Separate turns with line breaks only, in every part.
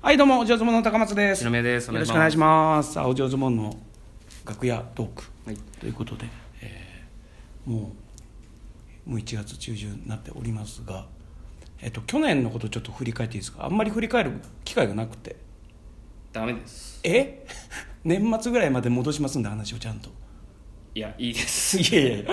はいどうもお嬢相撲の高松です
篠宮です
よろしくお願いしますさあお嬢相撲の楽屋トーク
はい
ということで、えーもうもう1月中旬になっておりますが、えっと、去年のことちょっと振り返っていいですかあんまり振り返る機会がなくて
ダメです
え 年末ぐらいまで戻しますんで話をちゃんと
いやいいで す
すげえで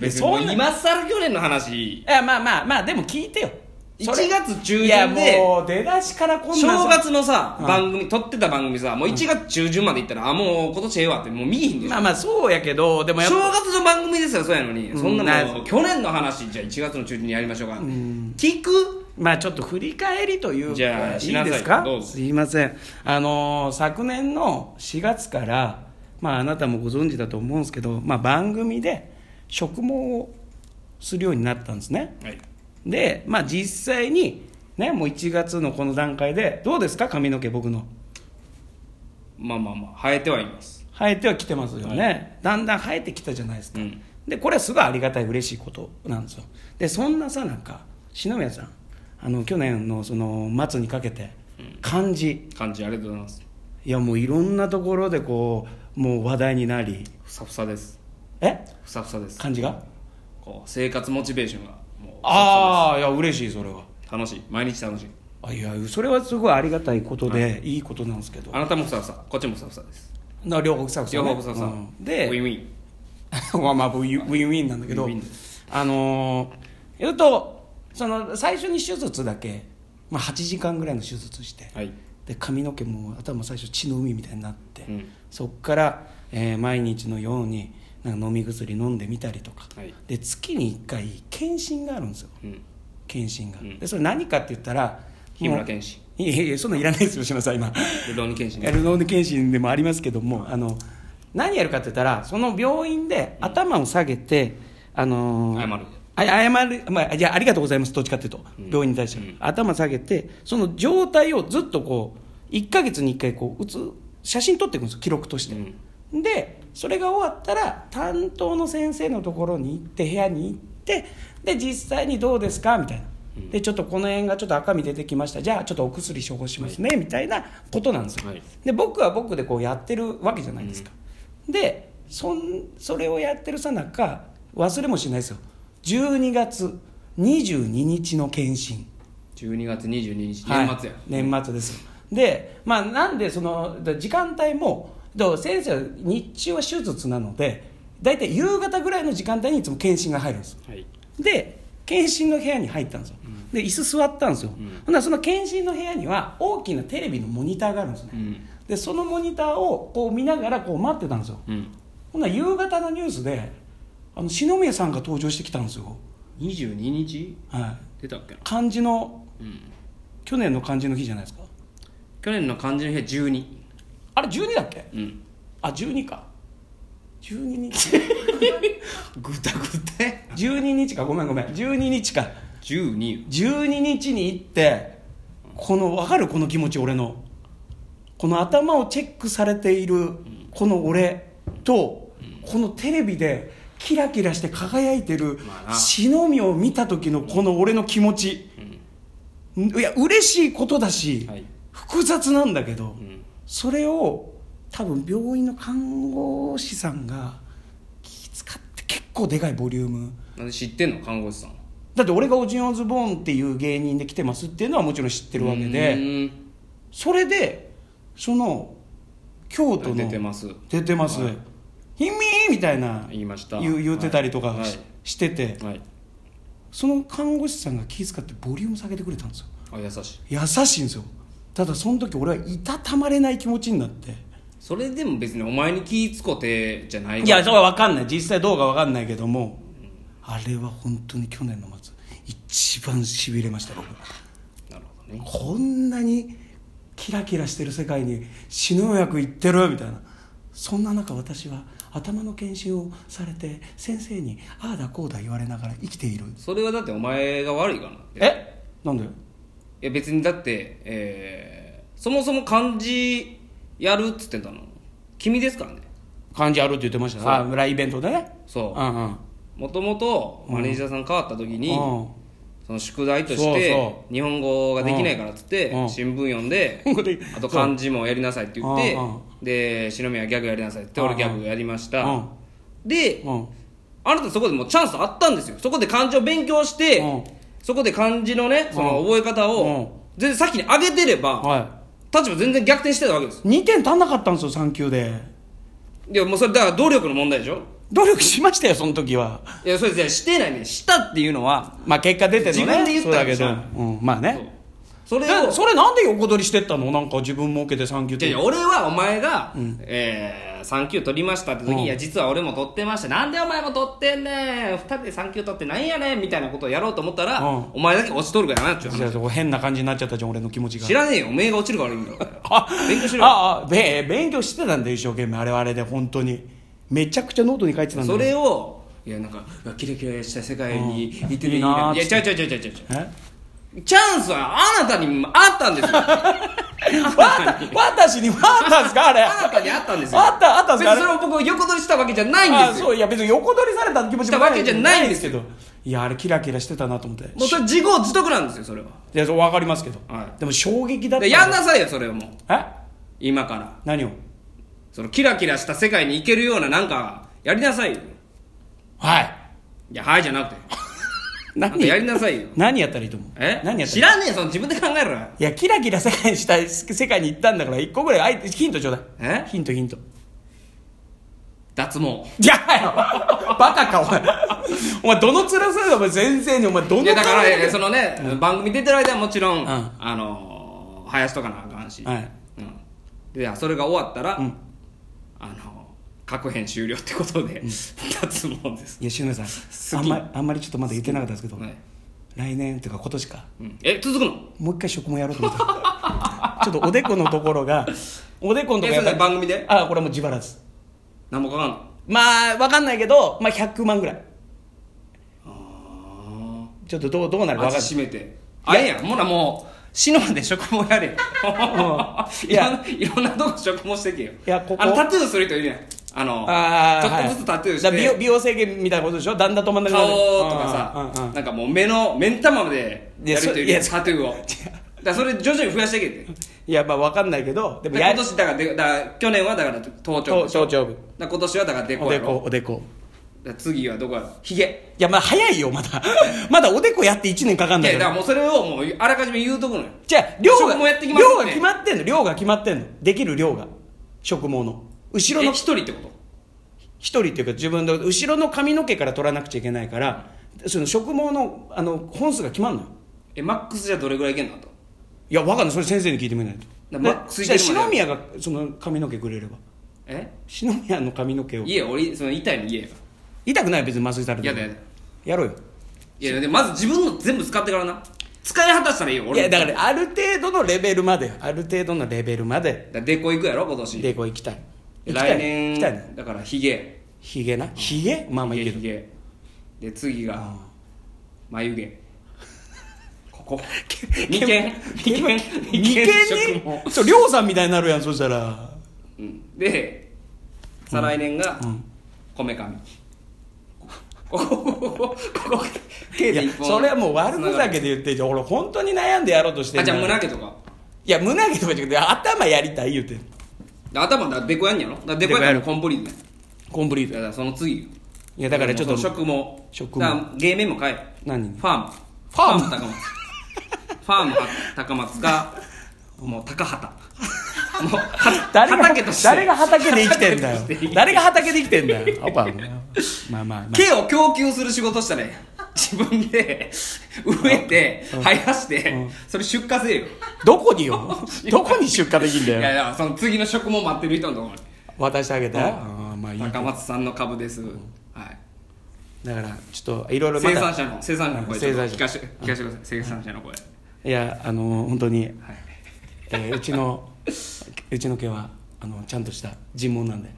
別に
そ
もうん
な
今更去年の話
いやまあまあまあでも聞いてよ
1
それ
月中旬
いや
で
もう出だしからこんな
正月のさ
うん
番組撮ってた番組さもう1月中旬まで行ったらあもう今年ええわってもう見えへんでし
ま
ょ
あまあそうやけどでもやっ
正
ぱ
月の番組ですよそうやのに
うん
そんなも
な
う去年の話じゃあ1月の中旬にやりましょうか
ん
聞く
まあちょっと振り返りというか
じゃあ
い
し
い
なさい
ですか
どうぞ
すいませんあのー昨年の4月からまああなたもご存知だと思うんですけど、まあ、番組で植毛をするようになったんですね
はい
でまあ実際にねもう1月のこの段階でどうですか髪の毛僕の
まあまあまあ生えてはいます
生えてはきてますよね、だんだん生えてきたじゃないですか、
うん
でこれはすごいありがたい嬉しいことなんですよでそんなさなんか篠宮さんあの去年のその末にかけて漢字
感じありがとうございます
いやもういろんなところでこうもう話題になり
ふさふさです
え
ふさふさです
漢字が
こう生活モチベーションがもう
ああいや嬉しいそれは
あ楽しい毎日楽しい
あいやそれはすごいありがたいことで、い、いことなんですけど
あなたもふさふさこっちもふさふさです
な両国さん
両方ふさふさ
で
ウィンウィン
まあまあウィンウ ィンウィンなんだけど
ウィンウィンで
あのー言うとその最初に手術だけ、まあ、8時間ぐらいの手術して、
はい
で髪の毛も頭最初血の海みたいになって、
うん
そっから、えー毎日のようになんか飲み薬飲んでみたりとか、
はい
で月に1回検診があるんですよ
うん
検診が、
うん
でそれ何かって言ったら
日村
も
健志
ういやいやそんなんいらないですよ志村さん今
で浪人健志
エ
ね
ルノーヌ検診でもありますけども、あの何やるかって言ったらその病院で頭を下げて、あのー
謝る
あ謝る、まあ、じゃあありがとうございますどっちかっていうと、
うん
病院に対して、
うん
頭下げてその状態をずっとこう1か月に1回こう写写真撮っていくんですよ記録として、でそれが終わったら担当の先生のところに行って部屋に行ってで実際にどうですかみたいな、
うん
でちょっとこの辺がちょっと赤み出てきましたじゃあちょっとお薬処方しますね、みたいなことなんですよ、
はい
で僕は僕でこうやってるわけじゃないですか、でそんそれをやってるさなか忘れもしないですよ12月22日の検診
12月22日
はい
年末や
年末ですでまあなんでそのだ時間帯もどう先生は日中は手術なので大体夕方ぐらいの時間帯にいつも検診が入るんです
はい
で検診の部屋に入ったんですよ、で椅子座ったんですよ、
うん
ほんならその検診の部屋には大きなテレビのモニターがあるんですね、
うん
でそのモニターをこう見ながらこう待ってたんですよ
うん
ほんなら夕方のニュースであの篠宮さんが登場してきたんですよ、
22日
は、
出たっけない
漢字の
うん
去年の漢字の日じゃないですか
去年の漢字の日は12
あれ12だっけ
うん
あ12か12日
ぐたぐたや
12日かごめんごめん12日か
12
12日に行ってこの分かるこの気持ち俺のこの頭をチェックされているこの俺とこのテレビでキラキラして輝いてる
まあな
忍みを見た時のこの俺の気持ち
うん
んいや嬉しいことだし
はい
複雑なんだけど
うん
それを多分病院の看護師さんが気使って結構でかいボリューム
なんで知ってんの看護師さんは
だって俺がオジン・オズボーンっていう芸人で来てますっていうのはもちろん知ってるわけで
うん
それでその京都の
出てます
出てます
はい
「ひみー!」みたいな
言いました
言う言うてたりとかし,、
は
てて
いはい
その看護師さんが気遣ってボリューム下げてくれたんですよ
あ優しい
優しいんですよただその時俺はいたたまれない気持ちになって
それでも別にお前に気ぃつこてじゃない
いやそれは分かんない実際どうか分かんないけどもあれは本当に去年の末一番しびれました僕
なるほどね
こんなにキラキラしてる世界に死ぬ役行ってるみたいなそんな中私は頭の検診をされて先生にああだこうだ言われながら生きている
それはだってお前が悪いからな
えなんで
いや別にだって、えーそもそも漢字やるっつってたの君ですからね
漢字あるって言ってましたねあ村イベントでねん
そ
うん
うもともとマネージャーさん変わった時に、
うん
その宿題と
そ
し
う
て
そ
日本語ができないからっつって
うん
新聞読んで
本当に
あと漢字もやりなさいって言っ
う
て
んうん
で篠宮ギャグやりなさいって言って俺ギャグやりまし
う
た
ん
で
うん
あなたそこでもうチャンスあったんですよそこで漢字を勉強して
うん
そこで漢字のねその覚え方
うん
を全然先に上げてれば
は
立場全然逆転してたわけです
い2点足んなかったんですよ3級で
いやもうそれだから努力の問題でしょ
努力しましたよその時はい
やそれじゃしてないねしたっていうのは
まあ結果出てるのね
自分で言ったわけ
そうだ
じ
けど、うん、まあね
それ
だ
を
それなんで横取りしてったのなんか自分儲けて3級っ
じ
て
ゃ俺はお前が、えー、3級取りましたって時に、
うん
いや実は俺も取ってましたなんでお前も取ってんねん2人で3級取ってなんやねんみたいなことをやろうと思ったら、
うん
お前だけ落ちとるからなっちゅう
じゃ
話
あそこ変な感じになっちゃったじゃん俺の気持ちが
知らねえよおめえが落ちるからいいんだろ
あ
勉強しろよ
ああべ勉強してたんで一生懸命あれはあれで本当にめちゃくちゃノートに書いてたんだ
そ
よ
れをいやなんかうわキラキラした世界にいてていい
いいな
な
ー
いやちゃうちゃうちゃうちゃうちゃうちゃ
え
うチャンスはあなたにあったんですよ
わ私にわったんですかあれ
あなたにあったんですよ
あったあったんですかあ
別に
れ
それを僕は横取りしたわけじゃないん
あ
です
そ
よ
ういや別に横取りされた気持ちも
したわけじゃないんです
けどいやあれキラキラしてたなと思って
もうそれ自業自得なんですよそれはい
やそう分かりますけど、
は
でも衝撃だった
でやんなさいよそれをもう
え
今から
何を
そのキラキラした世界に行けるようななんかやりなさいよ
はい
いやはいじゃなくてなんか
何
やりなさいよ
何やったらいいと思う
え
何やったらいい
知らねえその自分で考えろよ
いやキラキラ世界にしたい世界に行ったんだから一個ぐらいあいヒントちょうだい
え
ヒントヒント
脱毛
じゃあよバカかお前お前どの辛さだお前全然にお前どの
いやだからいやいやそ
の
のね、番組出てる間はもちろん、
ん
あのー、生やしとかなあかんし、
はい
うん、でそれが終わったら、
ん
あのー各編終了ってことで、脱毛です、
いや篠宮さんあんまりあんまりちょっとまだ言ってなかったんですけど
はい
来年っていうか今年か
うんえ続くの
もう一回食もやろうと思ったちょっとおでこのところがおでこのところ
えそれ番組で
あこれはもう自腹です
何もかかんの
まあわかんないけど、まあ、100万ぐらい
あ
ちょっとどうどうな
あ
るかわかんない
味めてあれやんほなもう死ぬまで食毛やれよいろんないろんなとこ食毛してけよ
いやここ
あのタトゥーする人いるやんあの
あー
ちょっとずつタトゥーし
だから美容
て
美容整形みたいなことでしょだんだん止まんなくな
顔
る
とか
うんうんう
さ
ん
なんかもう目の目ん玉までやる人い
い
るや
や
ん
そ
タトゥーをだからそれ徐々に増やしていけって
いやまあわかんないけどでも
で
や
今年だからでだから去年はだから頭頂部
頭
でしょ
頭頂部
だから今年はだからデ
お
コや
で
ろだ
こ
か
おでこ
ら次はどこやろヒゲ
いやまあ早いよまだ まだおでこやって1年かかん
い
な
や
い
だ
か
から
ら
もうそれをもうあらかじめ言うとくのよ
じゃあ量が
食毛やってきますね
量が決まってんの量が決まってんのできる量が食毛の後ろ
え
の
一人ってこと
一人っていうか自分の後ろの髪の毛から取らなくちゃいけないからその植毛のあの本数が決まんのよ
えマックスじゃどれぐらいいけんのと
いやわかんないそれ先生に聞いてみないと
だからまあ
でじゃあ
ついてるま
篠
で
宮がその髪の毛くれれば
え
篠宮の髪の毛を
いや俺その痛いの言えよ
痛くないよ別に麻酔されて
や
も
だやだ
やろうよ
いやでもまず自分の全部使ってからな使い果たしたらいいよ
い
俺
やだからある程度のレベルまである程度のレベルまで
らデコ行くやろ今年
でこう行きたい行きたい
来年
行きたいね
だからヒゲ
ひげなひげまあまあいいけ
ヒ
ど
ゲで次が
あ
眉毛ここ眉間眉間
眉
植
間
毛
にそうりょうさんみたいになるやんそしたら
うんで再来年がこめかみここここここ
いや
一本
それはもう悪ふざけで言ってんじゃん俺本当に悩んでやろうとして
あ
ん
じ
の
ゃあ胸毛とか
いや胸毛とかじゃなくて頭やりたい言うてん
で頭だからデコやんやろだからデコやったら
デコやる
コンプリートやん
コンプリー
い
ト
やだからその次よ
いやだからちょっと
もうその
植毛
植毛だから芸名も変え
何に
ファームフ
ァーム
高松ファーム高松かもう高畑もうは
誰が
畑として
誰が畑で生きてんだよ
畑として
誰が畑で生きてんだよあ まあまあまあまあ
毛を供給する仕事したらええやん自分で植えて生やしてそれ出荷せえよ
どこによ どこに出荷できん
い
だ
や
よ
いやその次の職も待ってる人のところに
渡してあげたああまあいい
高松さんの株ですはい
だからちょっといろいろま
生産
た
者の生産者の声
生産者
聞かせて聞かせてください生産者の声
いやあの本当に、
はい
えーうちのうちの毛はあのちゃんとした人毛なんで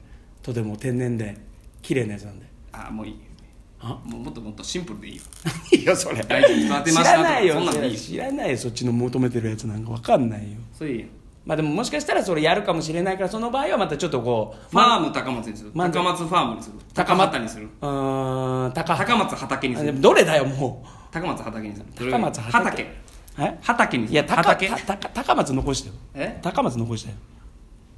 とても天然で綺麗なやつなんで
あもういい
あ
もうもっともっとシンプルでいいよ
いいよそれ
大事に育て
知
ましたとから
ないよ
そんなんでいいよ
知らないよそっちの求めてるやつなんかわかんないよ
それいいやん
まあでももしかしたらそれやるかもしれないからその場合はまたちょっとこう
ファーム高松にする
まあ
高松ファームにする高
高松
畑にする
うーん高
高松畑にす
で
る
もどれだよもう
高松畑にさん
高松
畑
畑え
畑にさん
いや高
畑
たた高松残したよ
え
高松残したよ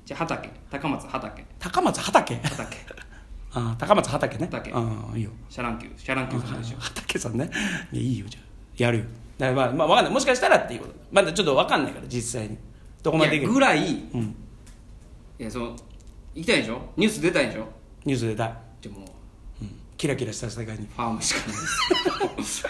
じゃあ畑高松畑
高松畑
畑
あー高松畑ね
畑
うんいいよ
シャランキューシャランキューさんでしょ
畑さんねいやいいよじゃあやるよだからまあ、まあ、わかんないもしかしたらっていうことまだちょっとわかんないから実際にどこまでで
い
き
や
る
ぐらいい
うん
やその行きたいでしょニュース出たいでしょ
ニュースでだ、
じゃあもう
うん、キラキラした世界に
ファームしかないです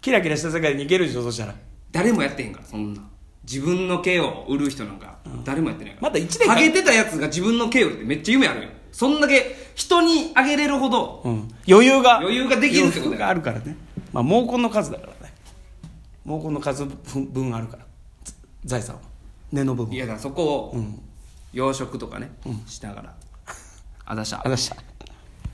キラキラした世界にいけるでしょそしたら
誰もやってへんからそんな自分の毛を売る人なんか誰もやってないから、
まだ一年間
ハゲてたやつが自分の毛を売るってめっちゃ夢あるよそんだけ人にあげれるほど
うん、余裕が
余裕ができるってこと
余
だよ
裕があるからね、まあ、毛根の数だからね毛根の数分分あるからつ財産は根の部
い
分
やだからそこを
うん
養殖とかね、しながらあざした
あざした